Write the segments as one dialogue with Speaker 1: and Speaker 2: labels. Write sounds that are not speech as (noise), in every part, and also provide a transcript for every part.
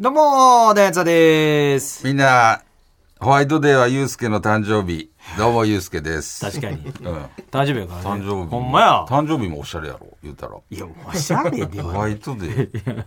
Speaker 1: どうもー、ダイアンツァでーす。
Speaker 2: みんな、ホワイトデーはユうスケの誕生日。どうもユうスケです。
Speaker 3: 確
Speaker 1: (laughs)
Speaker 3: かに。
Speaker 2: うん、
Speaker 3: 誕生日やからね。
Speaker 2: 誕生日も。
Speaker 3: ほんまや。
Speaker 2: 誕生日もおしゃれやろ、言うたら。
Speaker 3: いや、おしゃれで
Speaker 2: ホ
Speaker 3: は。
Speaker 2: ワイトデー、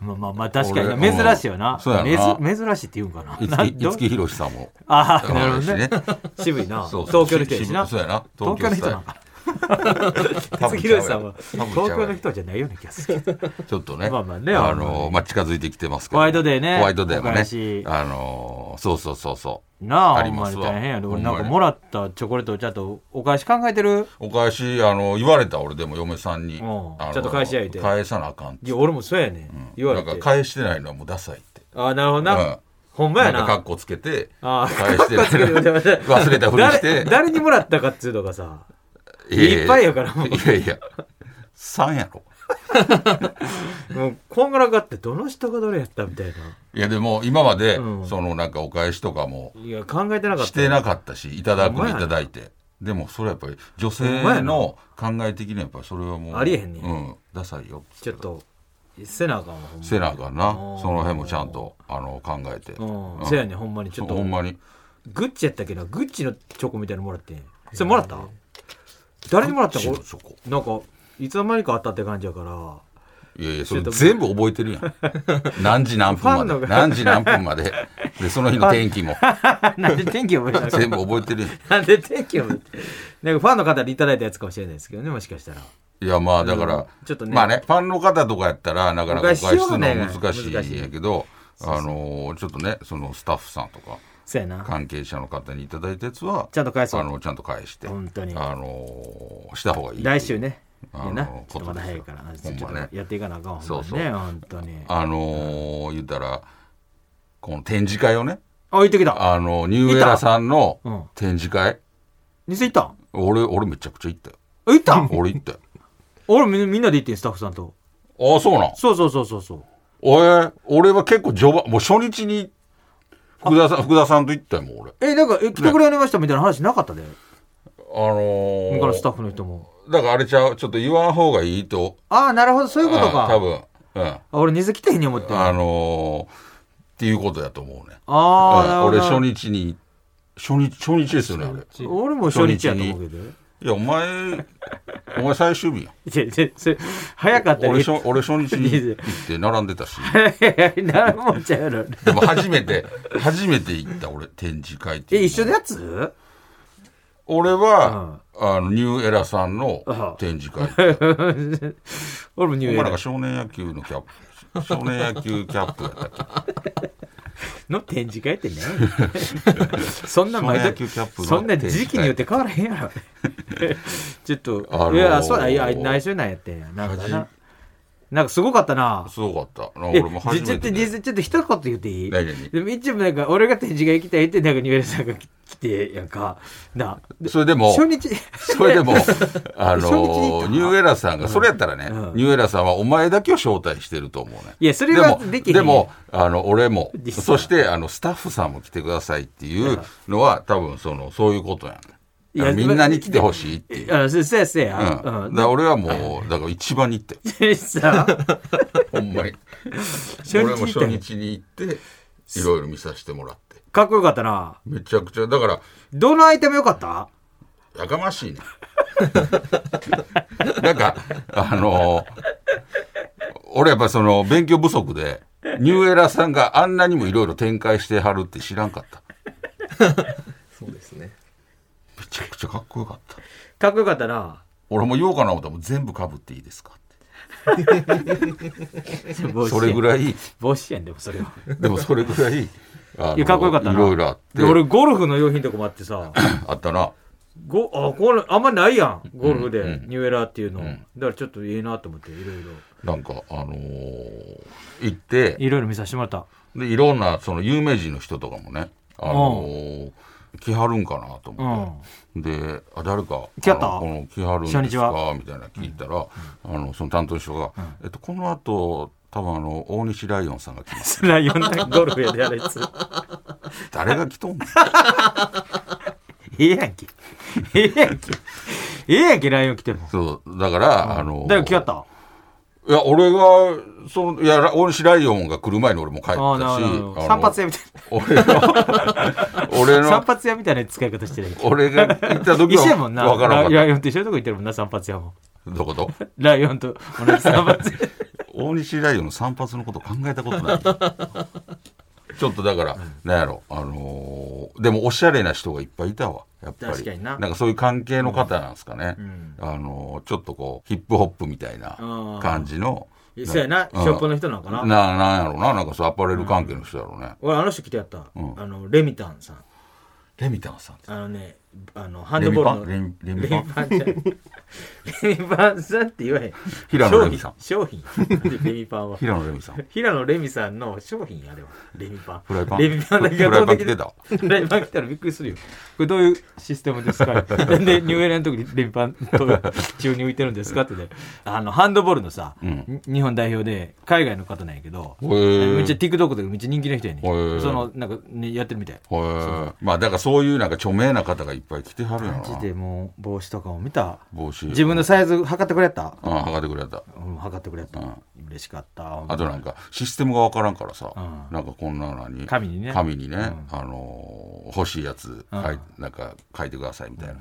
Speaker 3: まあまあまあ、確かに
Speaker 2: 俺
Speaker 3: ね。
Speaker 2: うん
Speaker 3: 珍しいよな。
Speaker 2: そうやな
Speaker 3: めず珍しいって言うんかな。 (laughs) な
Speaker 2: 五木ひろしさんも。
Speaker 3: ああ、なるほどね。
Speaker 2: 同じね
Speaker 3: 渋いな。
Speaker 2: そう
Speaker 3: 東京の人やしな。
Speaker 2: そうやな。
Speaker 3: 東京の人なん
Speaker 2: ス
Speaker 3: か。
Speaker 2: タイル多
Speaker 3: 哲
Speaker 2: 分
Speaker 3: 木宏さんは
Speaker 2: ちゃうや
Speaker 3: 東
Speaker 2: ろ
Speaker 3: 京の。人じゃないような気がするけど。
Speaker 2: ちょっとね。
Speaker 3: まあまあね
Speaker 2: あのー、まあ、近づいてきてますけど。
Speaker 3: ホワイトデーね
Speaker 2: ホワイトデーも
Speaker 3: お返
Speaker 2: ね
Speaker 3: し。
Speaker 2: あのー、そうそうそうそう。
Speaker 3: なあ、
Speaker 2: あ
Speaker 3: ほ
Speaker 2: り
Speaker 3: んま
Speaker 2: ます
Speaker 3: に
Speaker 2: わ
Speaker 3: 大変やで。俺
Speaker 2: ほ
Speaker 3: なん
Speaker 2: んま
Speaker 3: か
Speaker 2: に
Speaker 3: もらったチョコレートをちゃんとお返し考えてる。
Speaker 2: お返し、あのー、言われた俺でも嫁さん
Speaker 3: ん
Speaker 2: に。あのー
Speaker 3: ちゃんと返し合えて
Speaker 2: 返さなあかんって
Speaker 3: いや、俺もそうやねん。言われ
Speaker 2: なん
Speaker 3: て
Speaker 2: か。返してないのはもうダサいって。
Speaker 3: ああ、なるほど
Speaker 2: うん
Speaker 3: な。ほんま
Speaker 2: な
Speaker 3: や
Speaker 2: んかカッ
Speaker 3: な。
Speaker 2: コつけて、
Speaker 3: あ
Speaker 2: 返
Speaker 3: ー
Speaker 2: してないの
Speaker 3: カッコつけて
Speaker 2: (laughs) 忘れたふりして
Speaker 3: 誰、誰にもらったかっつうのがさ。
Speaker 2: やや
Speaker 3: いっぱいやからもう
Speaker 2: いやいや、3やろ。
Speaker 3: もうこんがらがってどの人がどれやったみたいな。
Speaker 2: いやでも今まで、
Speaker 3: うん
Speaker 2: そのなんかお返しとかも
Speaker 3: いや、考えてなかった。
Speaker 2: してなかったし、いただく
Speaker 3: ほん
Speaker 2: の
Speaker 3: まや
Speaker 2: い
Speaker 3: な
Speaker 2: ただいて。でもそれはやっぱり女
Speaker 3: ほんまやな
Speaker 2: 性の考え的にはやっぱりそれはもう。
Speaker 3: ありえへんね
Speaker 2: うん。ダサいよ。
Speaker 3: ちょっと、せなあかんわ、ほんまに
Speaker 2: せなあかんな。
Speaker 3: うん
Speaker 2: その辺もちゃんと、あの、考えて。
Speaker 3: う。
Speaker 2: うんん
Speaker 3: せやねんほんまに。ちょっと、
Speaker 2: ほんまに。
Speaker 3: グッチやったっけど、グッチのチョコみたいなのもらってん。それもらった誰にもらった
Speaker 2: チ
Speaker 3: の
Speaker 2: ョコ。
Speaker 3: なんか、いつの間にかあったって感じやから。
Speaker 2: いやいや、それ全部覚えてるやん。
Speaker 3: (laughs)
Speaker 2: 何時何分
Speaker 3: ファン
Speaker 2: ま
Speaker 3: の
Speaker 2: で。何時何分まで。で、その日の天気も (laughs)
Speaker 3: なんで天気覚えた
Speaker 2: 全部覚えてるやん。
Speaker 3: なんで天気覚えてなんかファンの方にいただいたやつかもしれないですけどね、もしかしたら。
Speaker 2: いやまあだから、
Speaker 3: うんちょっとね
Speaker 2: まあねファンの方とかやったらなかなかお返しするのは難し
Speaker 3: お返ししようがない
Speaker 2: いんやけど、あのーちょっとねそのスタッフさんとか
Speaker 3: せやな。
Speaker 2: 関係者の方にいただいたやつは
Speaker 3: ちゃんと返そう
Speaker 2: あのちゃんと返して
Speaker 3: 本当に
Speaker 2: あのーした方がいい
Speaker 3: 来週ね。い
Speaker 2: あの
Speaker 3: やな。ちょ
Speaker 2: こ
Speaker 3: っと
Speaker 2: と
Speaker 3: まだ
Speaker 2: です
Speaker 3: 早い
Speaker 2: よ
Speaker 3: から、ち
Speaker 2: ほん
Speaker 3: ょ
Speaker 2: ま
Speaker 3: っ
Speaker 2: ね
Speaker 3: とやっていかなあかんわ。ほんまに
Speaker 2: そう
Speaker 3: ね、
Speaker 2: そう
Speaker 3: 本当に。
Speaker 2: あのー言ったらこの展示会をね
Speaker 3: あ、行ってきた。
Speaker 2: あのニューエラさんの
Speaker 3: たうん
Speaker 2: 展示会、
Speaker 3: 店行ったん
Speaker 2: 俺俺めちゃくちゃ行ったよ
Speaker 3: あ行ったん
Speaker 2: (laughs) 俺行ったよ
Speaker 3: 俺みみんなで行ってんスタッフさんと
Speaker 2: ああそうなん
Speaker 3: そうそうそうそうそう
Speaker 2: おえ俺は結構序盤もう初日に福田さん福田さんと行ったよもう俺
Speaker 3: えなんかえ来てくれましたみたいな話なかったで、
Speaker 2: あのー、
Speaker 3: 他のスタッフの人も
Speaker 2: だからあれちゃうちょっと言わん方がいいと
Speaker 3: ああなるほどそういうことか
Speaker 2: あ多分うん
Speaker 3: あ俺水来てへんに思って
Speaker 2: あ
Speaker 3: あ
Speaker 2: のー、っていうことやと思うね
Speaker 3: あーなる
Speaker 2: う
Speaker 3: ほ
Speaker 2: ん俺
Speaker 3: ど
Speaker 2: 初日に初日初日ですよねあれ
Speaker 3: 俺も初日やと思うけど
Speaker 2: いやお前お前最終日やん
Speaker 3: いやいやそれ早かった
Speaker 2: 俺
Speaker 3: ね (laughs)
Speaker 2: 初俺初日に行って並んでたし
Speaker 3: なるもんちゃうやろ
Speaker 2: でも初めて初めて行った俺展示会っていう
Speaker 3: え
Speaker 2: の
Speaker 3: 一緒のやつ
Speaker 2: 俺は、あのニューエラさんの
Speaker 3: あ
Speaker 2: 展
Speaker 3: (laughs)
Speaker 2: 示会
Speaker 3: 俺も
Speaker 2: お
Speaker 3: 入
Speaker 2: 前なんか
Speaker 3: 園
Speaker 2: 少年野球のキャップ、少年野球キャップやったっけ
Speaker 3: の展示会って
Speaker 2: (laughs)
Speaker 3: ねそんな毎
Speaker 2: 少年野球
Speaker 3: 度
Speaker 2: キャップの
Speaker 3: そんな時期によって変わらへん
Speaker 2: (laughs)
Speaker 3: やろちょっと、
Speaker 2: あのー
Speaker 3: いやそうだいや内緒なんやってんやなんかななんかすごかったな
Speaker 2: すごか
Speaker 3: え
Speaker 2: った。俺も初め
Speaker 3: ち
Speaker 2: て
Speaker 3: ょ
Speaker 2: で。
Speaker 3: ちょちょっと一言言っていい
Speaker 2: 何々
Speaker 3: でも一応なんか俺が展示会行きたいってなんかニューエルさんが来てやんかなで
Speaker 2: それでも
Speaker 3: 初、
Speaker 2: (laughs)
Speaker 3: 日
Speaker 2: それで
Speaker 3: (laughs)
Speaker 2: も、あ
Speaker 3: 初日に行っ
Speaker 2: の、
Speaker 3: た
Speaker 2: ニューエラさんが、それやったらね、
Speaker 3: うん
Speaker 2: ニューエラさんはお前だけを招待してると思うね。
Speaker 3: いやそれは
Speaker 2: でも
Speaker 3: できへん
Speaker 2: でも、あの、俺も、
Speaker 3: 実は
Speaker 2: そして、あの、スタッフさんも来てくださいっていうのは、多分、その、そういうことや
Speaker 3: いや
Speaker 2: ね。みんなに来てほしいっていう。
Speaker 3: あそうそうやそう
Speaker 2: う
Speaker 3: や
Speaker 2: ん。だ
Speaker 3: うん、
Speaker 2: から俺はもう、だから一番に行って、
Speaker 3: で (laughs) さ
Speaker 2: ほんまに。
Speaker 3: 初
Speaker 2: 俺も
Speaker 3: 日行った
Speaker 2: 初
Speaker 3: んや
Speaker 2: 日に行って、いろいろ見させてもらって。
Speaker 3: かっこよかったな
Speaker 2: めちゃくちゃ、だから、
Speaker 3: どのアイテムよかった
Speaker 2: やかましいね。 (laughs) なんか、あの俺やっぱその、勉強不足で、ニューエラさんがあんなにもいろいろ展開してはるって知らんかった。
Speaker 4: そうですね。
Speaker 2: めちゃくちゃかっこよかった。
Speaker 3: かっこよかったな
Speaker 2: 俺も言おうかな思ったらもう全部かぶっていいですかっ
Speaker 3: 帽
Speaker 2: て。
Speaker 3: (laughs) 子
Speaker 2: それぐらい、
Speaker 3: 帽子やんでもそれは
Speaker 2: でもそれぐらい、あの
Speaker 3: いやかっこよかったない
Speaker 2: ろいろあって、
Speaker 3: で俺ゴルフの用品とかもあってさ
Speaker 2: あったな。
Speaker 3: ごあこれあんまないやんゴルフで
Speaker 2: うん
Speaker 3: ニューエラーっていうの、だからちょっといいなと思っていろいろ
Speaker 2: なんか、あのー行って、
Speaker 3: いろいろ見させてもらった。
Speaker 2: でいろんなその有名人の人とかもね、あのー来はるんかなと思って、であ誰か
Speaker 3: 来はった
Speaker 2: あのこの来はるん
Speaker 3: 初
Speaker 2: です
Speaker 3: 日
Speaker 2: か
Speaker 3: は
Speaker 2: みたいな聞いたら、あのその担当の人が、えっと、この後多分あの大西ライオンさんが来ます
Speaker 3: ライオンだゴルフやでやるやつ。 (laughs)
Speaker 2: 誰が来とんの
Speaker 3: ええやんけ。ええやんけ。ええやんけ、ライオン来てるの。
Speaker 2: そうだから、あのー
Speaker 3: だよ、来やった。
Speaker 2: いや俺がそのいや大西ライオンが来る前に俺も帰ったし
Speaker 3: ああ、なるほどなるほど。散
Speaker 2: あの
Speaker 3: 髪屋みたい
Speaker 2: 俺の俺
Speaker 3: な。
Speaker 2: の
Speaker 3: 散髪屋みたいな使い方してない。
Speaker 2: 俺が行った
Speaker 3: (laughs)
Speaker 2: 時
Speaker 3: 一緒や
Speaker 2: は
Speaker 3: もんな。
Speaker 2: わからんか
Speaker 3: ラ
Speaker 2: った
Speaker 3: ライオンと一緒のとこ行ってるもんな、散髪屋も。
Speaker 2: どこと
Speaker 3: ライオンと同じ散 (laughs) 髪屋。
Speaker 2: 大西ライオンの散髪のこと考えたことないちょっとだから、なんやろあのーでもおしゃれな人がいっぱいいたわやっぱり
Speaker 3: 確かになん
Speaker 2: かそういう関係の方なんですかね、
Speaker 3: ん
Speaker 2: あのーちょっとこうヒップホップみたいな感じの
Speaker 3: うんそうやなショップの人なんかな
Speaker 2: ななんやろななんかそうアパレル関係の人やろうね、
Speaker 3: 俺、あの人来てやった。
Speaker 2: ん
Speaker 3: あの、レミタンさん。
Speaker 2: レミタンさんって
Speaker 3: あのね、あの、ハンドボールの。
Speaker 2: レミパン
Speaker 3: レミレミパンじゃん。レミパンさんって言わへん。
Speaker 2: 平野レミさん
Speaker 3: 商品。商品なんでレミパンは。
Speaker 2: 平野レミさん
Speaker 3: 平野レミさんの商品あれはレミパン
Speaker 2: フライパン
Speaker 3: レミパンだけ
Speaker 2: フライパ
Speaker 3: 飛
Speaker 2: ン
Speaker 3: ん
Speaker 2: 来て
Speaker 3: (laughs)
Speaker 2: た
Speaker 3: きフライパン来たらびっくりするよこれどういうシステムですかなん (laughs) でニューエラの時にレミパンと中に浮いてるんですかってねあのハンドボールのさ、
Speaker 2: ん
Speaker 3: 日本代表で海外の方なんやけど
Speaker 2: へー
Speaker 3: めっちゃ TikTok とかめっちゃ人気の人やねん
Speaker 2: へー
Speaker 3: そのなんか、ね、やってるみたい
Speaker 2: へーまあだからそういうなんか著名な方がいっぱい来てはるやろ
Speaker 3: マジ
Speaker 2: な
Speaker 3: でもう帽子とかも見た
Speaker 2: 帽子
Speaker 3: 自分のサイズ測ってくれやった、
Speaker 2: ああ測ってくれた
Speaker 3: うん、測ってくれやった、
Speaker 2: うん
Speaker 3: 嬉しかった
Speaker 2: あとなんかシステムがわからんからさ、
Speaker 3: うん
Speaker 2: なんかこんなのに
Speaker 3: 紙にね
Speaker 2: 紙にねあのー欲しいやつ、はいなんか書いてくださいみたいな、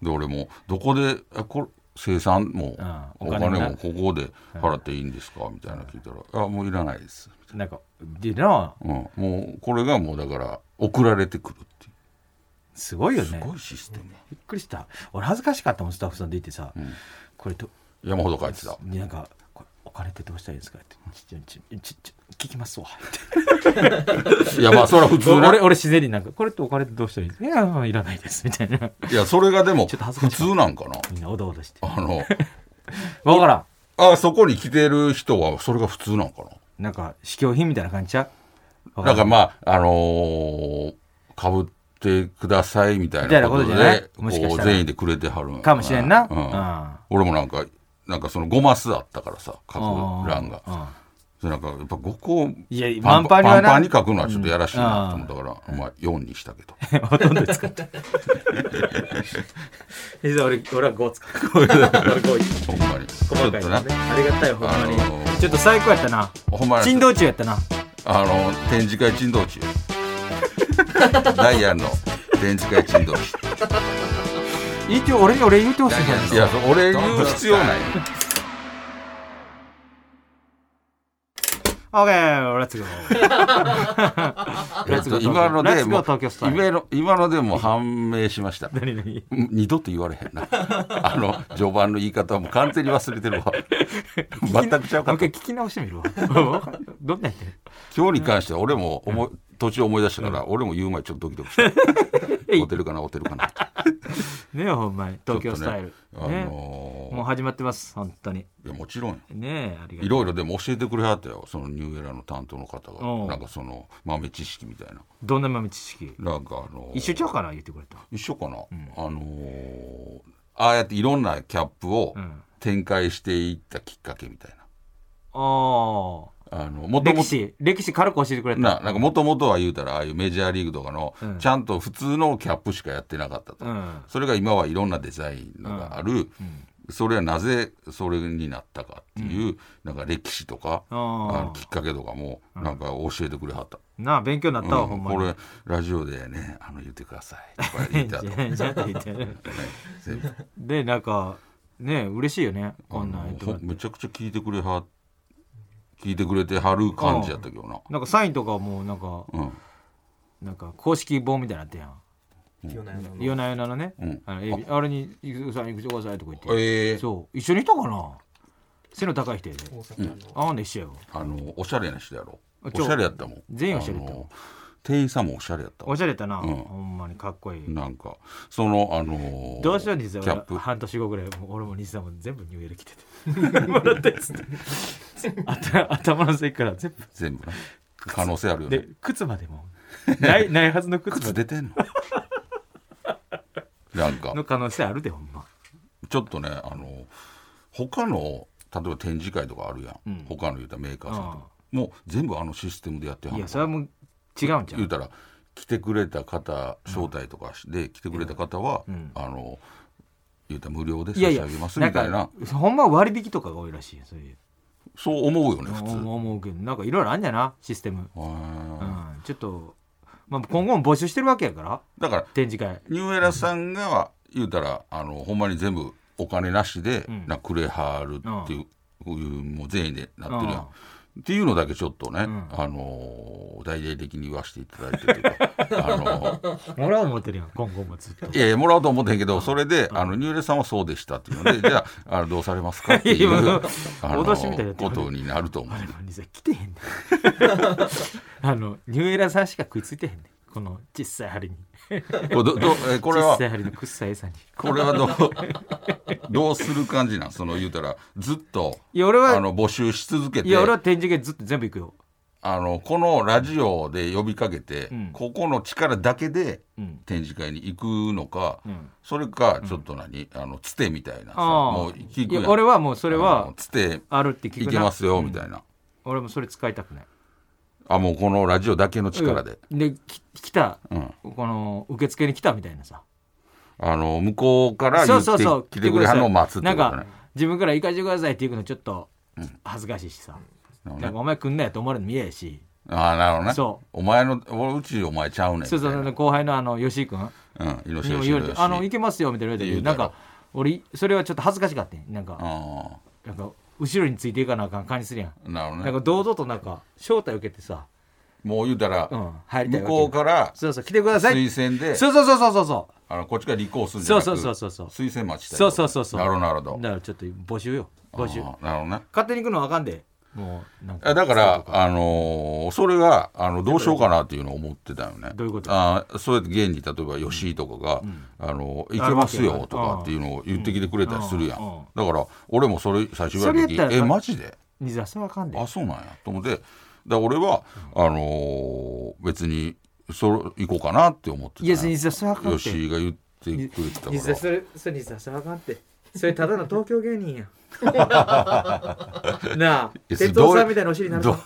Speaker 2: で俺もどこであこれ生産も、
Speaker 3: うん
Speaker 2: お
Speaker 3: お
Speaker 2: 金
Speaker 3: 金もな
Speaker 2: もここで払っていいんですかみたいな聞いたら「あもういらないです
Speaker 3: なんかでな」
Speaker 2: うん、もうこれがもうだから送られてくるってい
Speaker 3: すごいよ
Speaker 2: うす
Speaker 3: ね
Speaker 2: ごいシステム、
Speaker 3: びっくりした俺恥ずかしかったもんスタッフさんでいてさ、これと
Speaker 2: 山ほど書いてた
Speaker 3: なんかこれお金ってどうしたらいいですかってちょちょちょちょ聞きますわ
Speaker 2: いやまあそれは普通な
Speaker 3: (laughs) 俺俺自然になんかこれってお金ってどうしたらいいですかいやまあいらないですみたいない
Speaker 2: やそれがでも
Speaker 3: ちょっと恥ずか
Speaker 2: 普
Speaker 3: しい
Speaker 2: 通なんかな
Speaker 3: みんなおどおどして
Speaker 2: あの
Speaker 3: わから
Speaker 2: あそこに来てる人はそれが普通なんかな
Speaker 3: な
Speaker 2: ん
Speaker 3: んか試供品みたいな感じちゃうわ
Speaker 2: なんから
Speaker 3: ん
Speaker 2: まあ、あのかぶってくださいみたい
Speaker 3: みたいな
Speaker 2: なこ
Speaker 3: こととじゃない
Speaker 2: で、
Speaker 3: もしか
Speaker 2: こ
Speaker 3: し
Speaker 2: う
Speaker 3: たら
Speaker 2: 全員でくれてはるんや
Speaker 3: かもしれんな
Speaker 2: う
Speaker 3: うん
Speaker 2: 俺もなんか、なんかその5マスあったからさ、書く欄が
Speaker 3: う。ん
Speaker 2: でなんかやっぱ5個
Speaker 3: いや
Speaker 2: パン
Speaker 3: 満杯にはな
Speaker 2: パンパンに書くのはちょっとやらしいなと思ったから、まあ4にした
Speaker 3: (laughs)
Speaker 2: けど。
Speaker 3: ほとんど使っちゃった。実は俺、俺は5使う。俺5
Speaker 2: ほんまに。ちょ
Speaker 3: 細
Speaker 2: っ
Speaker 3: かい
Speaker 2: と
Speaker 3: の
Speaker 2: な
Speaker 3: ね。。ありがたい、ほんまに。
Speaker 2: あのー
Speaker 3: ちょっと最高やったな。
Speaker 2: ほんま
Speaker 3: 珍
Speaker 2: に、
Speaker 3: 道中やったな。
Speaker 2: あの展示会珍道
Speaker 3: (laughs)
Speaker 2: 中。ダイアンの展示会珍道中。
Speaker 3: 一応俺に俺言うてほしいから
Speaker 2: いや、そう俺言う必要ない。
Speaker 3: オーケー、レッツゴー。レッツゴー
Speaker 2: (laughs) 今の
Speaker 3: レッ
Speaker 2: で
Speaker 3: ツゴ
Speaker 2: も
Speaker 3: ー東京スタイル
Speaker 2: 今の今のでもう判明しました。
Speaker 3: 何何
Speaker 2: うん二度と言われへん
Speaker 3: (laughs)
Speaker 2: な。あの、序盤の言い方はもう完全に忘れてるわ。全くちゃうか
Speaker 3: もう
Speaker 2: った
Speaker 3: 一回聞き直してみるわ。 (laughs) どんなんやってる
Speaker 2: 今日に関しては俺も思い、途中思い出したから、俺も言う前ちょっとドキドキ
Speaker 3: (laughs)
Speaker 2: した。ホテルかな、ホテルかな。
Speaker 3: ねえ、ほんまに。東京スタイル
Speaker 2: ち。ょっとね
Speaker 3: ね
Speaker 2: あのー
Speaker 3: もう始まってます、本当に。
Speaker 2: いや、もちろんよ。
Speaker 3: ねえ、ありがとう。
Speaker 2: いろいろでも教えてくれはったよ。そのニューエラの担当の方
Speaker 3: う
Speaker 2: が。
Speaker 3: ん
Speaker 2: なんかその豆知識みたいな。
Speaker 3: どんな豆知識
Speaker 2: なんかあのー
Speaker 3: 一緒ちゃうかな言ってくれた。
Speaker 2: 一緒かな、あのーああやっていろんなキャップを
Speaker 3: うん
Speaker 2: 展開していったきっかけみたい
Speaker 3: ああ。
Speaker 2: な。あの、もと
Speaker 3: 歴
Speaker 2: もと、
Speaker 3: 史、歴史軽く教えてくれた。
Speaker 2: な、なんかもともとは言うたら、ああいうメジャーリーグとかの、
Speaker 3: うん
Speaker 2: ちゃんと普通のキャップしかやってなかったと。
Speaker 3: うん
Speaker 2: それが今はいろんなデザインのがある。それはなぜそれになったかっていう、なんか歴史とか、
Speaker 3: あー
Speaker 2: あのきっかけとかも、なんか教えてくれはった。
Speaker 3: なあ、勉強になったわ、
Speaker 2: うん
Speaker 3: ほんま
Speaker 2: こ
Speaker 3: に。 (laughs)
Speaker 2: れ、ラジオでね、あの、言ってください。とか言ってはった
Speaker 3: じゃあじゃあって言って
Speaker 2: 全部
Speaker 3: で、なんか、ね嬉しいよね。こんなん
Speaker 2: あ
Speaker 3: や
Speaker 2: の
Speaker 3: ってもら
Speaker 2: ほ
Speaker 3: って
Speaker 2: めちゃくちゃ聞いてくれは聞いてくれてはる感じやったけどな
Speaker 3: なんかサインとかも、なんか、
Speaker 2: うん
Speaker 3: なんか公式本みたいなのあってやん。
Speaker 4: 夜な夜なの
Speaker 3: 夜な夜なのね
Speaker 2: うん。
Speaker 3: あの AB あれに、いくさん、いくしてくださいとか言って。
Speaker 2: ええ
Speaker 3: そう。一緒にいたかな背の高い人やで。
Speaker 4: 大阪の
Speaker 3: あほんで一緒やわ。
Speaker 2: あのおしゃれな人やろ
Speaker 3: あ
Speaker 2: おしゃれやったもん
Speaker 3: 全員おしゃれやった
Speaker 2: あ
Speaker 3: もん
Speaker 2: の店員さんもおしゃれやったわ
Speaker 3: おしゃれだな、
Speaker 2: うん
Speaker 3: ほんまにかっこいい、
Speaker 2: なんかそのあのー
Speaker 3: どうしよう西
Speaker 2: キ
Speaker 3: さ
Speaker 2: ャ
Speaker 3: ん
Speaker 2: ップ
Speaker 3: 俺半年後ぐらいもう俺も西さんも全部ニューエル着てて
Speaker 4: (laughs)
Speaker 3: もらったやつ (laughs) 頭頭の席から全部
Speaker 2: 全部な可能性あるよね
Speaker 3: で靴までもないないはずの靴ま
Speaker 2: 靴
Speaker 3: で
Speaker 2: 出てんのなんか
Speaker 3: の可能性あるでほんま
Speaker 2: ちょっとねあの他の例えば展示会とかあるやん、
Speaker 3: うん
Speaker 2: 他の言うたらメーカーさんとかもう全部あのシステムでやってはいん
Speaker 3: や
Speaker 2: の
Speaker 3: それはもう違うんじゃ
Speaker 2: 言うんたら来てくれた方招待とかしで来てくれた方は、
Speaker 3: うん
Speaker 2: あの言うたら無料で
Speaker 3: い
Speaker 2: 差
Speaker 3: やい
Speaker 2: し
Speaker 3: や
Speaker 2: 上げますみ
Speaker 3: な
Speaker 2: た
Speaker 3: ん
Speaker 2: いな
Speaker 3: かほんまは割引とかが多いらしいよそういう
Speaker 2: そう思うよね普通
Speaker 3: 思うけどなんかいろいろあんじゃなシステム、う
Speaker 2: あー
Speaker 3: ん、ちょっと、まあ、今後も募集してるわけやから
Speaker 2: だから
Speaker 3: 展示会
Speaker 2: ニューエラさんが言うたらあのほんまに全部お金なしで、
Speaker 3: うん
Speaker 2: なくれはるっていう,、こういうもう全員でなってるやん、っていうのだけちょっとね、
Speaker 3: ん
Speaker 2: あのー大々的に言わせていただいてというか (laughs) あのー
Speaker 3: 俺は思ってるやん今後もずっと
Speaker 2: (laughs) いやいやもらおうと思ってんけどそれで、あのニューレさんはそうでしたっていうのでじゃああのどうされますかっていう
Speaker 3: いや (laughs) 今の
Speaker 2: あの
Speaker 3: 脅しみたいになって
Speaker 2: こ
Speaker 3: る
Speaker 2: とになると思う
Speaker 3: あれ兄さん来てへんねん (laughs) あのニューエラさんしか食いついてへんねんこの小さい針に
Speaker 2: これどどえこれは
Speaker 3: 小さい針のくっさい餌に
Speaker 2: これはどう (laughs) どうする感じなんその言うたらずっと
Speaker 3: いや俺
Speaker 2: あ
Speaker 3: は
Speaker 2: の募集し続けて
Speaker 3: いや俺は展示会ずっと全部行くよ
Speaker 2: あのこのラジオで呼びかけて、
Speaker 3: うん
Speaker 2: ここの力だけで
Speaker 3: うん
Speaker 2: 展示会に行くのか、
Speaker 3: うん
Speaker 2: それかちょっと何、あのつてみたいなさ
Speaker 3: ああ
Speaker 2: もう聞く
Speaker 3: い
Speaker 2: やん
Speaker 3: や俺はもうそ
Speaker 2: そ
Speaker 3: れは
Speaker 2: つて
Speaker 3: あるって聞く
Speaker 2: い
Speaker 3: な
Speaker 2: けますよみたいな、
Speaker 3: 俺もそれ使いたくない
Speaker 2: あもうこのラジオだけの力で、
Speaker 3: うんでき来た
Speaker 2: うん、
Speaker 3: この受付に来たみたいなさ
Speaker 2: あの向こうから
Speaker 3: そ
Speaker 2: 言
Speaker 3: う
Speaker 2: って
Speaker 3: そうそう
Speaker 2: 来てくれはんのを待つって
Speaker 3: な
Speaker 2: こ
Speaker 3: ん
Speaker 2: と
Speaker 3: か
Speaker 2: ね
Speaker 3: 自分から行かせてくださいって言うのちょっと恥ずかしいしさ、
Speaker 2: なる
Speaker 3: な
Speaker 2: ほど
Speaker 3: ん
Speaker 2: ね
Speaker 3: かお前来んなやと思われるの嫌やし
Speaker 2: ああなるほどね
Speaker 3: そう
Speaker 2: お前の俺うちお前ちゃうねんみた
Speaker 3: そ
Speaker 2: いうな
Speaker 3: そうそう後輩のあの吉井君
Speaker 2: うん猪
Speaker 3: に
Speaker 2: 木
Speaker 3: も
Speaker 2: 吉
Speaker 3: 言われ
Speaker 2: 野
Speaker 3: て
Speaker 2: 義
Speaker 3: 「あのいけますよ」みたいな言われたけ
Speaker 2: 言う
Speaker 3: ど
Speaker 2: た
Speaker 3: な
Speaker 2: ろ
Speaker 3: んか俺それはちょっと恥ずかしかったんなんか
Speaker 2: あ
Speaker 3: なんか後ろについていかなあかん感じするやん
Speaker 2: あなるほど
Speaker 3: な
Speaker 2: ね
Speaker 3: んか堂々となんか招待受けてさ
Speaker 2: もう言うたら、
Speaker 3: うん入りたい
Speaker 2: 向
Speaker 3: わけ
Speaker 2: こうから
Speaker 3: そうそう来てください
Speaker 2: 推薦で
Speaker 3: そうそうそうそうそうそ
Speaker 2: あのこっちから立候補するんじゃなく
Speaker 3: そうそうそうそう
Speaker 2: 推薦待ち
Speaker 3: う
Speaker 2: たい
Speaker 3: そうそうそうそう
Speaker 2: なるほどなるほど
Speaker 3: だからちょっと募集よ募集
Speaker 2: あーなるほどね
Speaker 3: 勝手に行くのはあかんでもうなん
Speaker 2: え
Speaker 3: か
Speaker 2: だから、あのーそれがあのどうしようかなっていうのを思ってたよね。
Speaker 3: どういうこと
Speaker 2: あーそうやって現に例えば吉井とかが「あの行けますよ」とかっていうのを言ってきてくれたりするやん、
Speaker 3: うんうんうん
Speaker 2: だから俺もそれ最初言われた
Speaker 3: そ
Speaker 2: 時
Speaker 3: れやった
Speaker 2: え
Speaker 3: ら
Speaker 2: マジで
Speaker 3: 西田それはあかんで
Speaker 2: あそうなんやと思ってだから俺は、あのー別にそれ行こうかなって思ってた
Speaker 3: い
Speaker 2: ん
Speaker 3: や
Speaker 2: や
Speaker 3: 西田それはあかんって
Speaker 2: 吉井が言ってくれてた
Speaker 3: 西田
Speaker 2: か
Speaker 3: それそれ西田それはあかんってそれただの東京芸
Speaker 2: (laughs)
Speaker 3: 人やなあ
Speaker 2: や
Speaker 3: 鉄道さんみたいなお尻になるぞ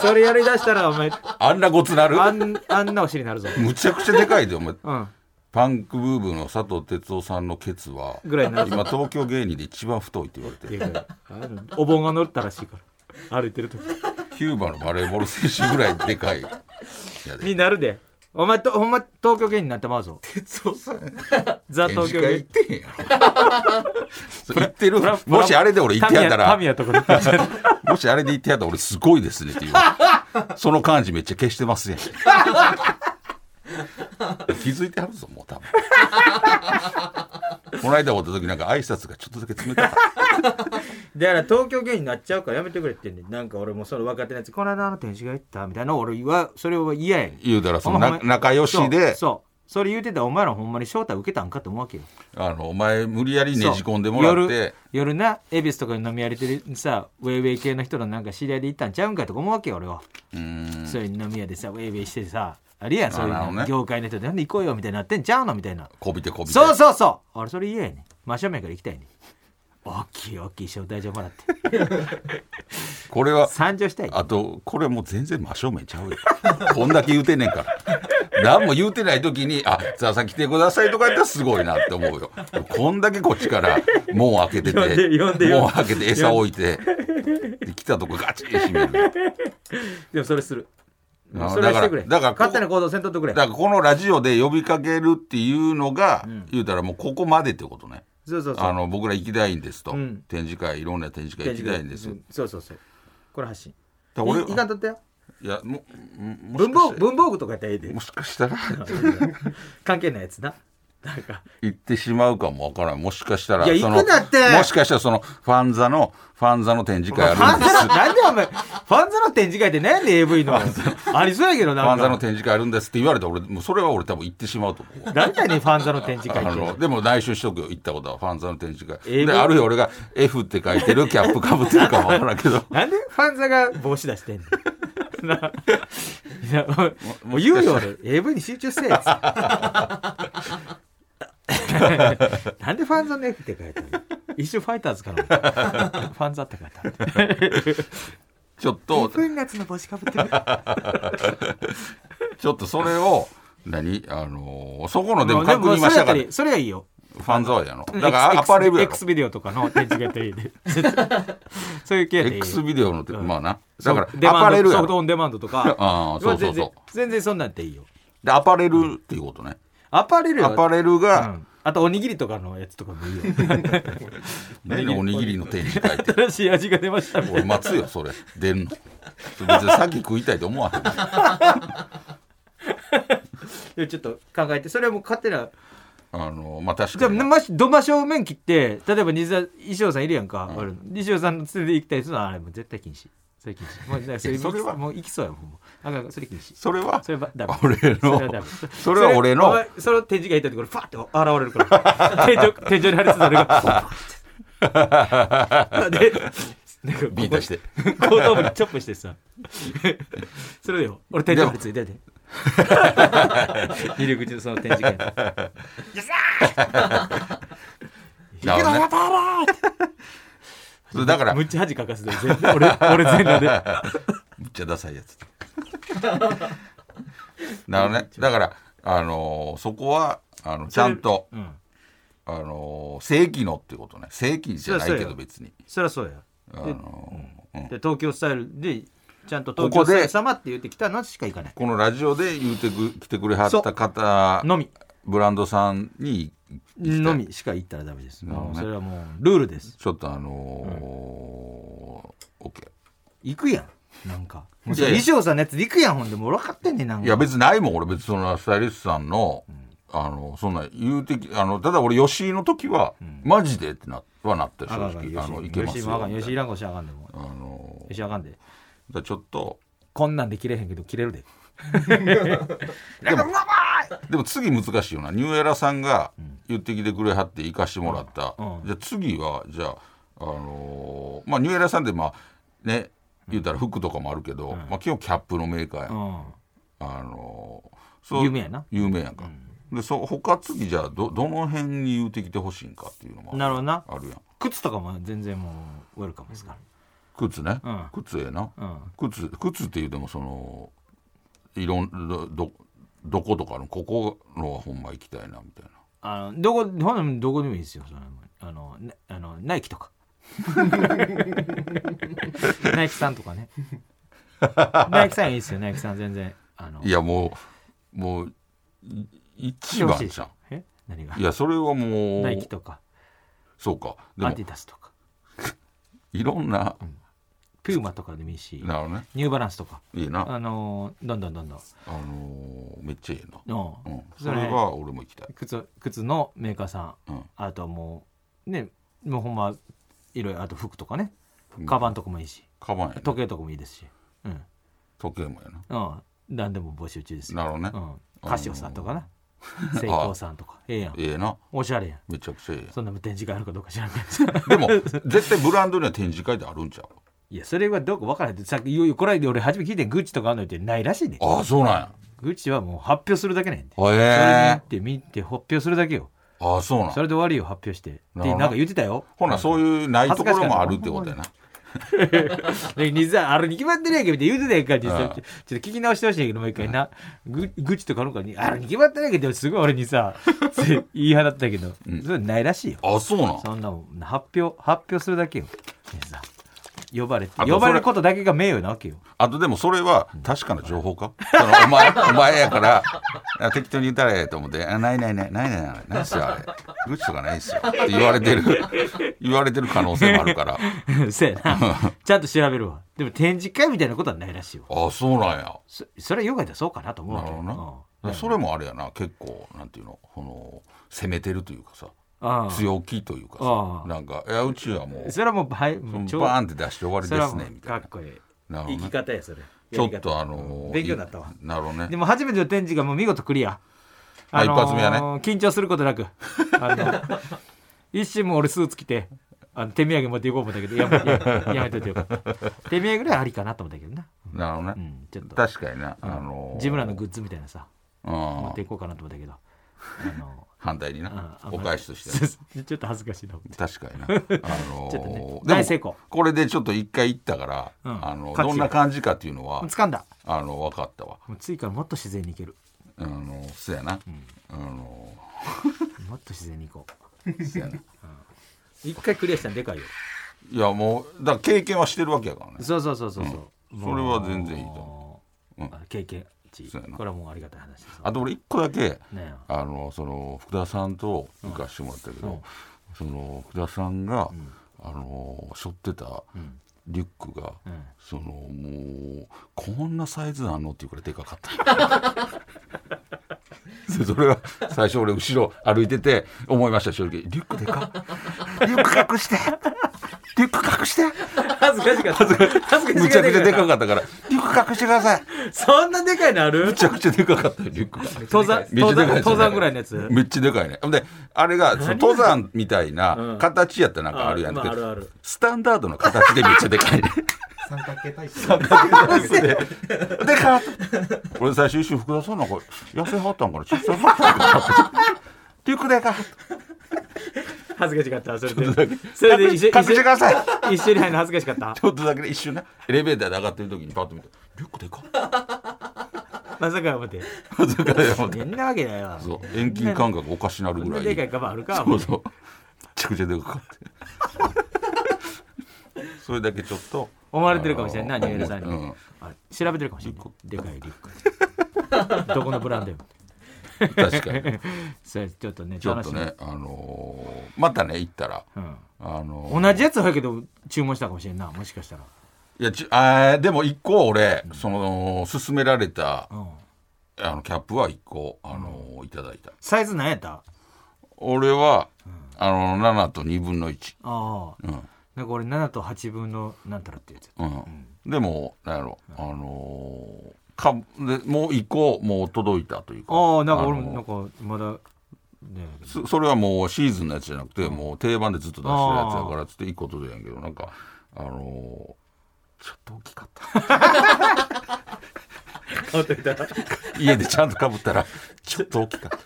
Speaker 3: それやりだしたらお前
Speaker 2: らあんなごつなる
Speaker 3: あんあんなお尻になるぞ
Speaker 2: むちゃくちゃでかいでお前
Speaker 3: うん
Speaker 2: パンクブーブーの佐藤哲夫さんのケツは
Speaker 3: ぐらいになるぞ
Speaker 2: 今東京芸人で一番太いって言われて
Speaker 3: で
Speaker 2: る
Speaker 3: かいあのお盆が乗ったらしいから歩いてる時
Speaker 2: キューバのバレーボール選手ぐらいでかいやで
Speaker 3: になるでお前とほんま東京芸人になってまうぞ
Speaker 2: 哲夫さん
Speaker 3: ザ
Speaker 2: 展
Speaker 3: 東
Speaker 2: 示
Speaker 3: 京
Speaker 2: 会
Speaker 3: 芸
Speaker 2: 行っ
Speaker 3: 人
Speaker 2: てへんやろそれ行ってる
Speaker 3: プラ
Speaker 2: もしあれで俺行ってやった
Speaker 3: タ
Speaker 2: ら
Speaker 3: ミヤタミヤとかで行って
Speaker 2: もしあれで言ってやったら俺すごいですねって言うわその感じめっちゃ消してますやん気づいてはるぞもう多分この間会った時なんか挨拶がちょっとだけ冷たかっ
Speaker 3: だから東京芸人になっちゃうからやめてくれってんねんなんか俺もその若手のやつこの間あの天使が行ったみたいな俺はそれは嫌やねん
Speaker 2: た言うたらそ
Speaker 3: ほ
Speaker 2: の
Speaker 3: んま
Speaker 2: な
Speaker 3: ほんま
Speaker 2: 仲良しで
Speaker 3: そうそうそれ言うてたらお前らほんまに招待受けたんかと思うわけよ
Speaker 2: あのお前無理やりねじ込んでもら
Speaker 3: そう
Speaker 2: って
Speaker 3: 夜夜な恵比寿とかに飲み歩いてるさウェイウェイ系の人のなんか知り合いで行ったんちゃうんかとか思うわけよ俺は、
Speaker 2: うーん
Speaker 3: そういう飲み屋でさウェイウェイしてさありやんそういう
Speaker 2: なるほど
Speaker 3: の
Speaker 2: ね
Speaker 3: 業界の人でなんで行こうよみたいになってんちゃうのみたいな
Speaker 2: こびてこびて
Speaker 3: そうそうそう俺それ嫌やねん真正面から行きたいねん大きい大きい招待状もらって
Speaker 2: これは
Speaker 3: 参上したい
Speaker 2: あとこれもう全然真正面ちゃうよこんだけ言うてんねんから (laughs) 何も言うてない時に「あ津田さん来てください」とか言ったらすごいなって思うよこんだけこっちから門開けて
Speaker 3: 呼んで
Speaker 2: て
Speaker 3: 呼んで呼んで
Speaker 2: 門開けて餌置いてで来たとこガチッて閉める
Speaker 3: でもそれする
Speaker 2: あ
Speaker 3: それはしてくれ
Speaker 2: だからだからこ
Speaker 3: 勝手な行動せんとってくれ
Speaker 2: だからこのラジオで呼びかけるっていうのが、
Speaker 3: ん
Speaker 2: 言うたらもうここまでってことね
Speaker 3: そうそうそう
Speaker 2: あの僕ら行きたいんですと、
Speaker 3: うん
Speaker 2: 展示会いろんな展示会行きたいんです、
Speaker 3: うんそうそうそうこれ発信
Speaker 2: だから俺
Speaker 3: いいかんとってよ
Speaker 2: いやもももし
Speaker 3: 文
Speaker 2: か
Speaker 3: 房
Speaker 2: し
Speaker 3: 文房具とかやったらええで
Speaker 2: もしかしたら
Speaker 3: 関係ないやつななんか
Speaker 2: 行ってしまうかもわからん。もしかしたら、
Speaker 1: いや
Speaker 2: その
Speaker 1: 行くなって
Speaker 2: もしかしたらその、ファンザの、ファンザの展示会
Speaker 3: フ
Speaker 2: あ
Speaker 3: ァ
Speaker 2: る
Speaker 3: ン
Speaker 2: んで
Speaker 3: ザ
Speaker 2: す。
Speaker 3: のなんでお前ファンザの展示会ってなんで AV のありそうやけど
Speaker 2: ファ
Speaker 3: なん
Speaker 2: ンザの
Speaker 3: か
Speaker 2: 展示会あるんですって言われたら俺、もうそれは俺多分行ってしまうと思う。
Speaker 3: 何やねんファンザの展示
Speaker 2: あ
Speaker 3: 会っ
Speaker 2: の
Speaker 3: て
Speaker 2: でも内緒しとくよ行ったことはファンザの展示会
Speaker 3: AV
Speaker 2: である日俺が F って書いてるキャップかぶってるかわからんけど
Speaker 3: なんでファンザが帽子出してんの (laughs) ないやもうもう言うよ俺 AV に集中せえっつってなんでファンザの F って書いてある一瞬ファイターズかなファンザって書いてある
Speaker 2: ちょっと
Speaker 3: 分月の帽子かぶってる
Speaker 2: ちょっとそれを何あのーそこのでも
Speaker 3: で
Speaker 2: 確
Speaker 3: も
Speaker 2: 認
Speaker 3: そ
Speaker 2: は
Speaker 3: れ
Speaker 2: し
Speaker 3: や
Speaker 2: た
Speaker 3: った
Speaker 2: からら
Speaker 3: いいそれはいいよ
Speaker 2: ファンザはやのだからアパレルやろ
Speaker 3: X ビデオとかの展示会やったらいい (laughs) でそういう系やったらいい
Speaker 2: X ビデオのて
Speaker 3: うん
Speaker 2: まあなだか
Speaker 3: そうデ
Speaker 2: ら
Speaker 3: マンド
Speaker 2: アパレルや
Speaker 3: ソフト
Speaker 2: ろ
Speaker 3: オンデマンドとか
Speaker 2: あーそうそ
Speaker 3: まあ全
Speaker 2: うそう
Speaker 3: 然全然そんなんっていいよ
Speaker 2: でアパレルっていうことね
Speaker 3: アパレル
Speaker 2: ア
Speaker 3: は
Speaker 2: パレル
Speaker 3: う
Speaker 2: が
Speaker 3: んあとおにぎりとかのやつとかもいいよ
Speaker 2: (laughs) 何おにぎりの展示会って (laughs)
Speaker 3: 新しい味が出ましたみたい
Speaker 2: 俺
Speaker 3: な
Speaker 2: 待つよそれ出んのそれ別にさっき食いたいと思わへん
Speaker 3: いやちょっと考えてそれはもう勝手な
Speaker 2: あのーまあ確
Speaker 3: じゃ
Speaker 2: か
Speaker 3: あ
Speaker 2: に
Speaker 3: ましど真正面切って例えば西田衣装さんいるやんか、俺衣装さんの連れて行きたい人はあれもう絶対禁止それ禁
Speaker 2: (laughs)
Speaker 3: 止もうだからそれ
Speaker 2: いやそれは
Speaker 3: もう行きそうやもんもうあかんあかんそれ禁止
Speaker 2: それは
Speaker 3: それはダ
Speaker 2: (laughs)
Speaker 3: メ
Speaker 2: 俺の
Speaker 3: それはダメ
Speaker 2: それは俺の
Speaker 3: それお前その展示会行ったところファーって現れる
Speaker 2: (laughs)
Speaker 3: から天井天井に張り付いた俺がでなんか
Speaker 2: ビータして
Speaker 3: 後頭部にチョップして
Speaker 2: (laughs)
Speaker 3: さそれでよ俺天井張り付いてて入り口のその展示会
Speaker 2: なるほどねそうだから
Speaker 3: むっちゃ恥かかすで全部俺俺全裸で
Speaker 2: めっちゃダサいやつなるほどねだからあのーそこはあ (laughs) のちゃんと、
Speaker 3: うん
Speaker 2: あのー正規のっていうことね正規じゃない
Speaker 3: そう
Speaker 2: け
Speaker 3: やそう
Speaker 2: ど
Speaker 3: や
Speaker 2: 別に、
Speaker 3: そりゃそうや
Speaker 2: あのーうん
Speaker 3: で東京スタイルでちゃんと
Speaker 2: こ
Speaker 3: 東
Speaker 2: こ
Speaker 3: 京
Speaker 2: で
Speaker 3: スタイル様って言ってきたのしか行かない
Speaker 2: このラジオで言うてく来てくれはった方
Speaker 3: のみ
Speaker 2: ブランドさんに
Speaker 3: のみしか行ったらダメです、
Speaker 2: なるほどね
Speaker 3: それはもうルールです
Speaker 2: ちょっとあのー OK
Speaker 3: 行くやんなんかもう
Speaker 2: いやいや
Speaker 3: 衣装さんのやつで行くやんほんでもう俺分かってんねんなんか
Speaker 2: いや別にないもん俺別にそのスタイリストさんの、あのそんな言うてきあのただ俺吉井の時は、マジでってなはなったよ
Speaker 3: あかんあかん
Speaker 2: 正直あのい
Speaker 3: よし
Speaker 2: けます
Speaker 3: よしもあかん
Speaker 2: よ
Speaker 3: よしいらんこしあかんでも
Speaker 2: あの
Speaker 3: よしあかんで
Speaker 2: だからちょっと
Speaker 3: こんなんで切れへんけど切れるで
Speaker 2: でも次難しいよなニューエラさんが言ってきてくれはって行かしてもらった、
Speaker 3: うんうん
Speaker 2: じゃあ次はじゃあ、あのーまあ、ニューエラさんでまあね言うたら服とかもあるけど、まあ、基本キャップのメーカーやん、
Speaker 3: うん
Speaker 2: あのー
Speaker 3: 有名やな
Speaker 2: 有名やんか、でそ他次じゃあどどの辺に言うてきてほしいんかっていうのもある
Speaker 3: なるほどな
Speaker 2: あるやん
Speaker 3: 靴とかも全然もうウェルカムですか
Speaker 2: 靴ね、
Speaker 3: うん
Speaker 2: 靴ええな、
Speaker 3: らうん
Speaker 2: 靴靴っていうでもそのいろんどどどことかのここのはほんま行きたいなみたいな
Speaker 3: あのどこほんでどこでもいいですよそのあのなあのナイキと
Speaker 2: (laughs)
Speaker 3: かナイキさんとかねナイキさんいいですよナイキさん全然あの
Speaker 2: いやもうもうい一番じゃん
Speaker 3: え何が
Speaker 2: いやそれはも
Speaker 3: ナイ
Speaker 2: う
Speaker 3: キとか
Speaker 2: そうかで
Speaker 3: ア
Speaker 2: も
Speaker 3: ディダスとか
Speaker 2: いろんな
Speaker 3: ピューマとかでもいいし
Speaker 2: なるほどね
Speaker 3: ニューバランスとか
Speaker 2: いいな
Speaker 3: あのどんどんどんどん
Speaker 2: あのーめっちゃいいな、
Speaker 3: の、
Speaker 2: うん、
Speaker 3: そ
Speaker 2: そ
Speaker 3: れ
Speaker 2: れは俺も行きたい、
Speaker 3: 靴靴のメーカーさん、
Speaker 2: うん
Speaker 3: あとはもうねもうほんまいろいろあと服とかねカバンとかもいいし、
Speaker 2: カバンやな
Speaker 3: 時計とかもいいですしうん
Speaker 2: 時計もやな
Speaker 3: うん何でも募集中ですよ
Speaker 2: なるほどね、
Speaker 3: うん、カシオさんとかなセイコーさんとかええやん
Speaker 2: ええな
Speaker 3: おしゃれやん
Speaker 2: めちゃくちゃええやん
Speaker 3: そんなもん展示会あるかどうか知らないです
Speaker 2: でも (laughs) 絶対ブランドには展示会であるんちゃう
Speaker 3: (laughs) いやそれはどうか分からないってさっき言うこれで俺初め聞いてんグッチとかあんのってないらしいね
Speaker 2: ああそうなんや
Speaker 3: グッチはもう発表するだけなんで、
Speaker 2: あ
Speaker 3: それ見
Speaker 2: え
Speaker 3: て見て発表するだけよ
Speaker 2: えああそうなん
Speaker 3: それで終わりよ発表してって
Speaker 2: なるほど
Speaker 3: なんか言ってたよ
Speaker 2: ほなそういうないところもあるってことやな
Speaker 3: で実はあれに決まってるやんけみたいな言うてたやんか実
Speaker 2: う
Speaker 3: は
Speaker 2: ん
Speaker 3: ちょちょっと聞き直してほしいんやけどもう一回なググッチとかのかにあれに決まってるやんけってすごい俺にさ (laughs) 言い放ったけど、それないらしいよ
Speaker 2: ああそうなん
Speaker 3: そんなもん発表発表するだけよ。皆さん呼ばれて
Speaker 2: あとそれ
Speaker 3: 呼ばれることだけが名誉なわけ
Speaker 2: (laughs)
Speaker 3: よ。
Speaker 2: あとでもそれは確かな情報か、そのお前 (laughs) お前やからあ適当に言ったらええと思って「あないないないないないないないっすよあれグッチとかないっすよ」って言わ
Speaker 3: (laughs)
Speaker 2: れてる言われてる可能性もあるから
Speaker 3: せやな。 (laughs) ちゃんと調べるわ。でも展示会みたいなことはないらしいよ。
Speaker 2: ああそうなんや
Speaker 3: そそれはよかったらそうかなと思うわけ
Speaker 2: なるほどな
Speaker 3: うん
Speaker 2: それもあれやな結構なんていうのこの攻めてるというかさ
Speaker 3: ああ
Speaker 2: 強気というか
Speaker 3: あ
Speaker 2: さ
Speaker 3: あ
Speaker 2: なんかいやうちはもう
Speaker 3: それはもうはい
Speaker 2: そ
Speaker 3: も
Speaker 2: の
Speaker 3: う超
Speaker 2: バーンって出して終わり
Speaker 3: それ
Speaker 2: で
Speaker 3: は
Speaker 2: す
Speaker 3: も
Speaker 2: ね
Speaker 3: う
Speaker 2: みた
Speaker 3: か
Speaker 2: い
Speaker 3: っこいい
Speaker 2: なな
Speaker 3: 生
Speaker 2: るほどね
Speaker 3: き方やそれ
Speaker 2: ちょっと
Speaker 3: や
Speaker 2: あ
Speaker 3: り方
Speaker 2: の
Speaker 3: 勉強になったわ
Speaker 2: いなるほ
Speaker 3: (laughs)
Speaker 2: ど
Speaker 3: で
Speaker 2: ね
Speaker 3: も初めての展示がもう見事クリア。
Speaker 2: あ一発目はね
Speaker 3: 緊張することなく。あ
Speaker 2: (laughs)
Speaker 3: の一瞬もう俺スーツ着て、あの手土産持っていこう思ったけど、やめややめといてよかった。手土産ぐらいありかなと思ったけどな。
Speaker 2: なるほど
Speaker 3: う
Speaker 2: ね
Speaker 3: ん、ちょっと。
Speaker 2: 確かになあの
Speaker 3: ジムラのグッズみたいなさ、持
Speaker 2: うん
Speaker 3: っていこうかなと思ったけど。あ
Speaker 2: (laughs)
Speaker 3: の
Speaker 2: 反対にな
Speaker 3: うん
Speaker 2: お返しとして
Speaker 3: そ
Speaker 2: ね
Speaker 3: うそうちょっと恥ずかしいな。
Speaker 2: 確か
Speaker 3: (laughs)
Speaker 2: になあの
Speaker 3: ちょっとね
Speaker 2: で
Speaker 3: 大
Speaker 2: も
Speaker 3: 成功
Speaker 2: これでちょっと一回行ったから
Speaker 3: うん
Speaker 2: あの
Speaker 3: 価値が
Speaker 2: どんな感じかっていうのは
Speaker 3: 掴んだ。
Speaker 2: あの分かったわ
Speaker 3: もう次からもっと自然にいける。
Speaker 2: あのそうやなあの
Speaker 3: もっと自然にいこう。
Speaker 2: そうやな
Speaker 3: 一回クリアしたんでかいよ。
Speaker 2: いやもうだから経験はしてるわけやからね
Speaker 3: そうそうそうそうそう。
Speaker 2: それは全然いいと
Speaker 3: 思
Speaker 2: ううん
Speaker 3: 経験値。
Speaker 2: そうやな
Speaker 3: これはもうありがたい話です。
Speaker 2: あと俺一個だけ
Speaker 3: ねえ
Speaker 2: あのその福田さんと行かしてもらったけど、その福田さんが、あの背負ってたリュックが、
Speaker 3: ん
Speaker 2: そのもうこんなサイズあんのっていうくらいでかかった
Speaker 3: (laughs)
Speaker 2: それは最初俺後ろ歩いてて思いました正直リュックでかリュック隠してリュック
Speaker 3: (laughs)
Speaker 2: 隠して
Speaker 3: 恥ずかしかった。恥ずかし
Speaker 2: むちゃくちゃで
Speaker 3: か
Speaker 2: か
Speaker 3: っ
Speaker 2: かったからリュック隠してください
Speaker 3: た。そんなでかいのある
Speaker 2: めちゃくちゃでかかったよリュックが。
Speaker 3: (laughs) 登山、
Speaker 2: めっちゃ
Speaker 3: 登
Speaker 2: で
Speaker 3: 山
Speaker 2: かいですよ
Speaker 3: 登山ぐらいのやつ。
Speaker 2: めっちゃでかいね。ほんで、あれが、その登山みたいな形やったらなんかあるやん
Speaker 3: あまああるあ
Speaker 2: け
Speaker 3: る
Speaker 2: ど、スタンダードの形でめっちゃでかいね。
Speaker 4: 三角形タイプ
Speaker 2: でかっ俺最初一瞬福田さんなんか痩せはったんかな小さかったんかなリュックでかっ
Speaker 3: 恥ずかしかった。それで。それで一緒
Speaker 2: 隠してください
Speaker 3: 一緒一緒に入るの恥ずかしかっ。
Speaker 2: ちょっとだけね一瞬ねエレベーターで上がってる時にパッと見てリュックでかった
Speaker 3: まさか思って。
Speaker 2: っだからもう
Speaker 3: みんなわけだよ。
Speaker 2: そう遠近感覚おかしなる
Speaker 3: こんな
Speaker 2: ぐら
Speaker 3: でかい
Speaker 2: い
Speaker 3: カバンあるか。
Speaker 2: そうそうめ (laughs) ちゃくちゃでかかってそれだけちょっと
Speaker 3: 思われてるかもしれないな、ニューエルさん
Speaker 2: う
Speaker 3: に。あ調べてるかもしれない。でかいリュック。どこのブランドよ。
Speaker 2: 確かに
Speaker 3: それちょっとね、
Speaker 2: ちょ
Speaker 3: (laughs)
Speaker 2: っ
Speaker 3: 楽し
Speaker 2: と
Speaker 3: み。
Speaker 2: ね、あのーまたね行ったら、
Speaker 3: うん
Speaker 2: あのー
Speaker 3: 同じやつはやけど注文したかもしれんな、もしかしたら。
Speaker 2: いやちあーでも一個俺、その勧められた
Speaker 3: うん
Speaker 2: あのキャップは一個、あのーいただいた
Speaker 3: サイズ何やったあ
Speaker 2: 俺は、あの7と2分の1、
Speaker 3: あ。
Speaker 2: うん
Speaker 3: なんか俺7と8分のなんたらってやつ
Speaker 2: うんでもなんやろあのーかでもう一個もう届いたというか
Speaker 3: ああなんか俺
Speaker 2: あ
Speaker 3: もな
Speaker 2: の
Speaker 3: んかまだね
Speaker 2: そそれはもうシーズンのやつじゃなくて、もう定番でずっと出してるやつだからっつって一個届いたんやけどなんかあのーちょっと大きかった家でちゃんとかぶった (laughs) らちょっと大きかった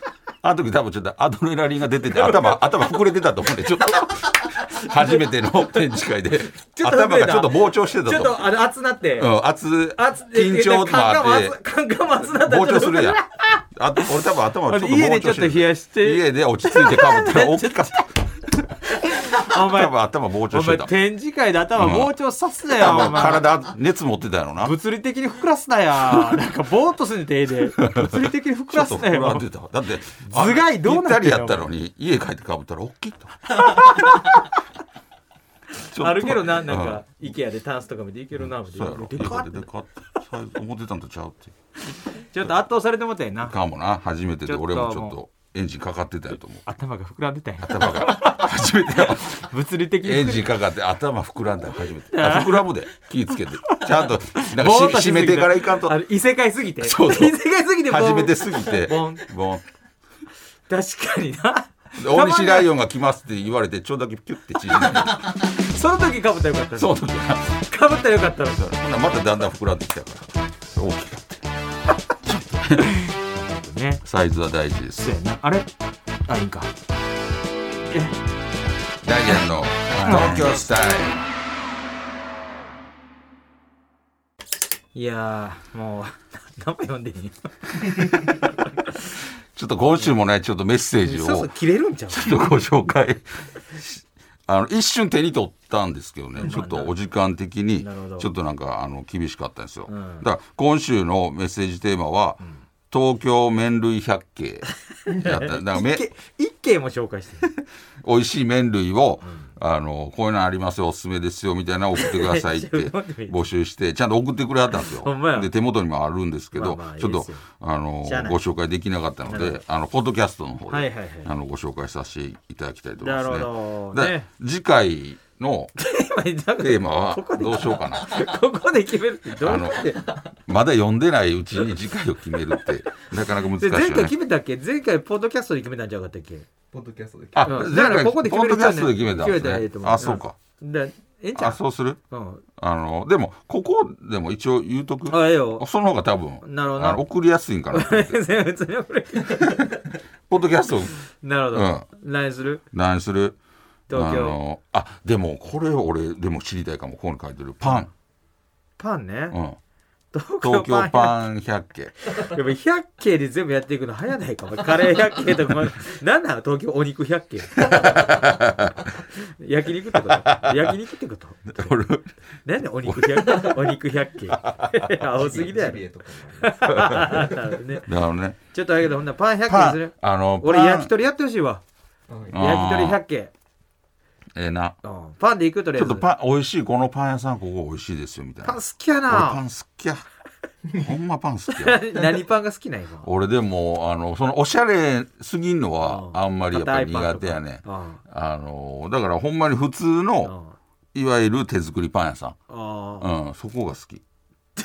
Speaker 2: あの時多分ちょっとアドレナリンが出てて頭頭膨れてたと思うんでちょっと初めての展示会で
Speaker 3: ちょっと
Speaker 2: 頭がちょっと膨張してたと思う
Speaker 3: あの熱なって
Speaker 2: うん、熱緊張もあって
Speaker 3: カンカンも熱な
Speaker 2: 膨張するやんあ俺多分頭ちょっと
Speaker 3: 家で
Speaker 2: 膨
Speaker 3: ちょっ
Speaker 2: 張
Speaker 3: と
Speaker 2: して
Speaker 3: 冷
Speaker 2: る
Speaker 3: やして
Speaker 2: 家で落ち着いてかぶったら大きか (laughs) った
Speaker 3: お前
Speaker 2: 多分頭膨張
Speaker 3: お
Speaker 2: して
Speaker 3: 前
Speaker 2: た
Speaker 3: 展示会で頭膨張さすなよお
Speaker 2: 多分
Speaker 3: 前
Speaker 2: 体熱持ってたやろなちょっ
Speaker 3: 物理的に膨らすなやなんかボーっとすんで手で物理的に膨らす
Speaker 2: と
Speaker 3: な
Speaker 2: 膨らん
Speaker 3: よ
Speaker 2: でたわだって
Speaker 3: 頭蓋どうなってんの
Speaker 2: ぴったりやったのに家帰ってかぶったら大
Speaker 3: (laughs)
Speaker 2: きいとちょっと
Speaker 3: あるけどななん
Speaker 2: う
Speaker 3: か IKEA でタンスとか見ていけるなみたい
Speaker 2: そうやろ
Speaker 3: でかっ
Speaker 2: でかってサイズ思ってたんとちゃうって
Speaker 3: ちょっと圧倒されてもうたやな
Speaker 2: かもな初めて
Speaker 3: ち
Speaker 2: で
Speaker 3: ょっと
Speaker 2: 俺もちょっ
Speaker 3: も
Speaker 2: とエンジンかかってたやと思う
Speaker 3: 頭が膨らんでたやん
Speaker 2: 頭が初め
Speaker 3: (laughs)
Speaker 2: てよ
Speaker 3: 物理的に膨
Speaker 2: エ
Speaker 3: らん
Speaker 2: ン
Speaker 3: で
Speaker 2: ジンかかって頭膨らんだの初め
Speaker 3: (laughs)
Speaker 2: てあ膨らむで気ぃつけてちゃんとなんか
Speaker 3: ぼーっとし
Speaker 2: し
Speaker 3: す
Speaker 2: 締
Speaker 3: ぎ
Speaker 2: めてからいかんと
Speaker 3: あの異世界すぎて。
Speaker 2: そうそう
Speaker 3: 異世界すぎてボン
Speaker 2: 初めてすぎて
Speaker 3: ボン
Speaker 2: ボン
Speaker 3: 確かにな。
Speaker 2: で大西ライオンが来ますって言われてちょうどだけピュッて縮んで
Speaker 3: その時かぶったらよかった。
Speaker 2: その時な
Speaker 3: かぶったらよかったの。
Speaker 2: ほんならまただんだん膨らんできたから大きかった
Speaker 3: ね。
Speaker 2: サイズは大事です
Speaker 3: そうやな。あれあ、いいんか。
Speaker 2: ダイアンの東京スタイル
Speaker 3: いやー、もう、 (laughs) 何も読んでいい
Speaker 2: ちょっと今週もねちょっとメッセージを
Speaker 3: そろそろ切れるんちゃう
Speaker 2: ちょっとご紹介 (laughs) しあの一瞬手に取ったんですけどねちょっとお時間的に
Speaker 3: なるほど
Speaker 2: ちょっとなんかあの厳しかったんですよ、
Speaker 3: ん
Speaker 2: だから今週のメッセージテーマは「東京麺類百景だっただか
Speaker 3: (laughs)
Speaker 2: らめ
Speaker 3: け一軒も紹介してる
Speaker 2: 美味しい麺類を、あのこういうのありますよおすすめですよみたいなの送ってくださいって
Speaker 3: めっちゃうま (laughs) くいい
Speaker 2: 募集してちゃんと送ってくれはったんですよ
Speaker 3: ほんまや
Speaker 2: で手元にもあるんですけど、
Speaker 3: まあまあ
Speaker 2: ちょっ
Speaker 3: いい
Speaker 2: と
Speaker 3: ですよ
Speaker 2: あの
Speaker 3: しゃあない
Speaker 2: ご紹介できなかったのであのポッドキャストの方で、
Speaker 3: はいはいはい
Speaker 2: あのご紹介させていただきたいと思いますね
Speaker 3: なるほどね (laughs)
Speaker 2: で次回のテーマは
Speaker 3: ここで
Speaker 2: どうしようかな
Speaker 3: ここで決めるってどう
Speaker 2: あ
Speaker 3: や
Speaker 2: の
Speaker 3: って
Speaker 2: まだ読んでないうちに次回を決める
Speaker 3: (laughs)
Speaker 2: ってなかなか難しい
Speaker 3: で
Speaker 2: よ
Speaker 3: 前回
Speaker 2: ね
Speaker 3: 決めたっけ前回ポッドキャストで決めたんじゃなかったっけ
Speaker 4: ポッドキャストで。
Speaker 2: あ、
Speaker 3: うんだ
Speaker 2: 前
Speaker 3: から
Speaker 2: 回
Speaker 3: ここで決める
Speaker 2: ポッドキャストで決めたん
Speaker 3: 決めたらいい
Speaker 2: で
Speaker 3: と
Speaker 2: す
Speaker 3: 思
Speaker 2: ね。
Speaker 3: う
Speaker 2: あ、そうか。
Speaker 3: だええんちゃ
Speaker 2: あ、
Speaker 3: う
Speaker 2: そうする
Speaker 3: うん
Speaker 2: あの、でも、ここでも一応言うとく。
Speaker 3: あええよ
Speaker 2: その方が多分、
Speaker 3: なるほどな
Speaker 2: あの送りやすいんかなと思って。
Speaker 3: 別に俺
Speaker 2: ポッドキャスト、
Speaker 3: (laughs) なるほど LINE する
Speaker 2: 何する
Speaker 3: 東京
Speaker 2: あの、あ、でも、これ俺、でも知りたいかも。ここに書いてる。パン。
Speaker 3: パンね
Speaker 2: うん。
Speaker 3: 東
Speaker 2: 東京
Speaker 3: 京パン
Speaker 2: パン百
Speaker 3: (laughs)
Speaker 2: 景。
Speaker 3: でも100系で全部やっていくの早ないかもカレー100系
Speaker 2: (laughs)
Speaker 3: とかも何なの東京お肉100系焼肉ってこと焼肉ってこと
Speaker 2: 俺、
Speaker 3: 何でお肉100系お肉100系
Speaker 2: (laughs)
Speaker 3: 青すぎだよ
Speaker 4: ジビエ
Speaker 3: ね
Speaker 4: とか
Speaker 3: なるほどね
Speaker 2: あのね、
Speaker 3: ちょっとあげどほんならパン100系
Speaker 2: パ
Speaker 3: にす
Speaker 2: ン
Speaker 3: る、
Speaker 2: あの、
Speaker 3: 俺
Speaker 2: パン
Speaker 3: 焼き鳥やってほしいわ
Speaker 4: もはい
Speaker 2: あ
Speaker 3: 焼き
Speaker 2: ー
Speaker 3: 鳥100系
Speaker 2: ええな。
Speaker 3: うんパンでいくとりあ
Speaker 2: ち
Speaker 3: え
Speaker 2: ょっ
Speaker 3: ず
Speaker 2: とパン、美味しい、このパン屋さん、ここ美味しいですよ、みたい
Speaker 3: パ
Speaker 2: な。
Speaker 3: ン
Speaker 2: 俺
Speaker 3: 好きや
Speaker 2: パン
Speaker 3: な
Speaker 2: 好きや。ほんまパン好きや。
Speaker 3: 何パンが好きなん今
Speaker 2: 俺でもあのそのおしゃれすぎんのはあんまりやっぱり苦手やね
Speaker 3: 硬いパンとか
Speaker 2: あのだからほんまに普通
Speaker 3: うんう
Speaker 2: の
Speaker 3: ん
Speaker 2: いわゆる手作りパン屋さ
Speaker 3: ああ、
Speaker 2: ん、うん、そこが好き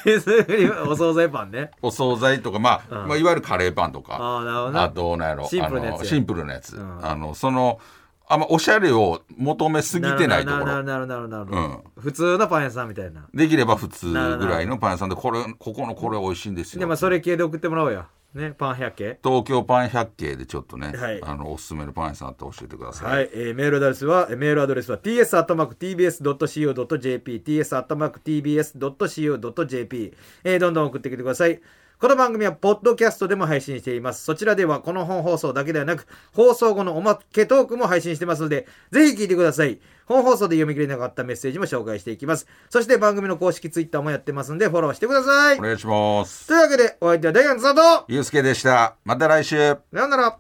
Speaker 3: 手作りお惣菜パンね。
Speaker 2: お惣菜とか、まあ
Speaker 3: うん
Speaker 2: まあ、いわゆるカレーパンと
Speaker 3: ああ、
Speaker 2: か
Speaker 3: なるほど
Speaker 2: (laughs) あ
Speaker 3: な。
Speaker 2: となんやろ
Speaker 3: シンプルなやつや
Speaker 2: あのシンプルなやつ、
Speaker 3: うん
Speaker 2: あのそのあんまおしゃれを求めすぎてないとこ
Speaker 3: なる
Speaker 2: ろ
Speaker 3: なるなるなるなるなる普通のパン屋さんみたいな。
Speaker 2: できれば普通ぐらいのパン屋さんでこれここのこれ美味しいんですよ
Speaker 3: で、まあ、それ系で送ってもらおうよ。ね、パン百景。
Speaker 2: 東京パン百景でちょっとね、
Speaker 3: はい
Speaker 2: あのおすすめのパン屋さんあって教えてください
Speaker 3: はい、えーメールアドレスは、えーメールアドレスは ts.tbs.co.jp、ts.tbs.co.jp、えーどんどん送ってきてください。この番組は、ポッドキャストでも配信しています。そちらでは、この本放送だけではなく、放送後のおまけトークも配信してますので、ぜひ聞いてください。本放送で読み切れなかったメッセージも紹介していきます。そして、番組の公式ツイッターもやってますんで、フォローしてください
Speaker 2: お。願いします
Speaker 3: というわけで、お相手はダイアンズ佐藤
Speaker 2: ゆうすけでした。また来週。
Speaker 3: さようなら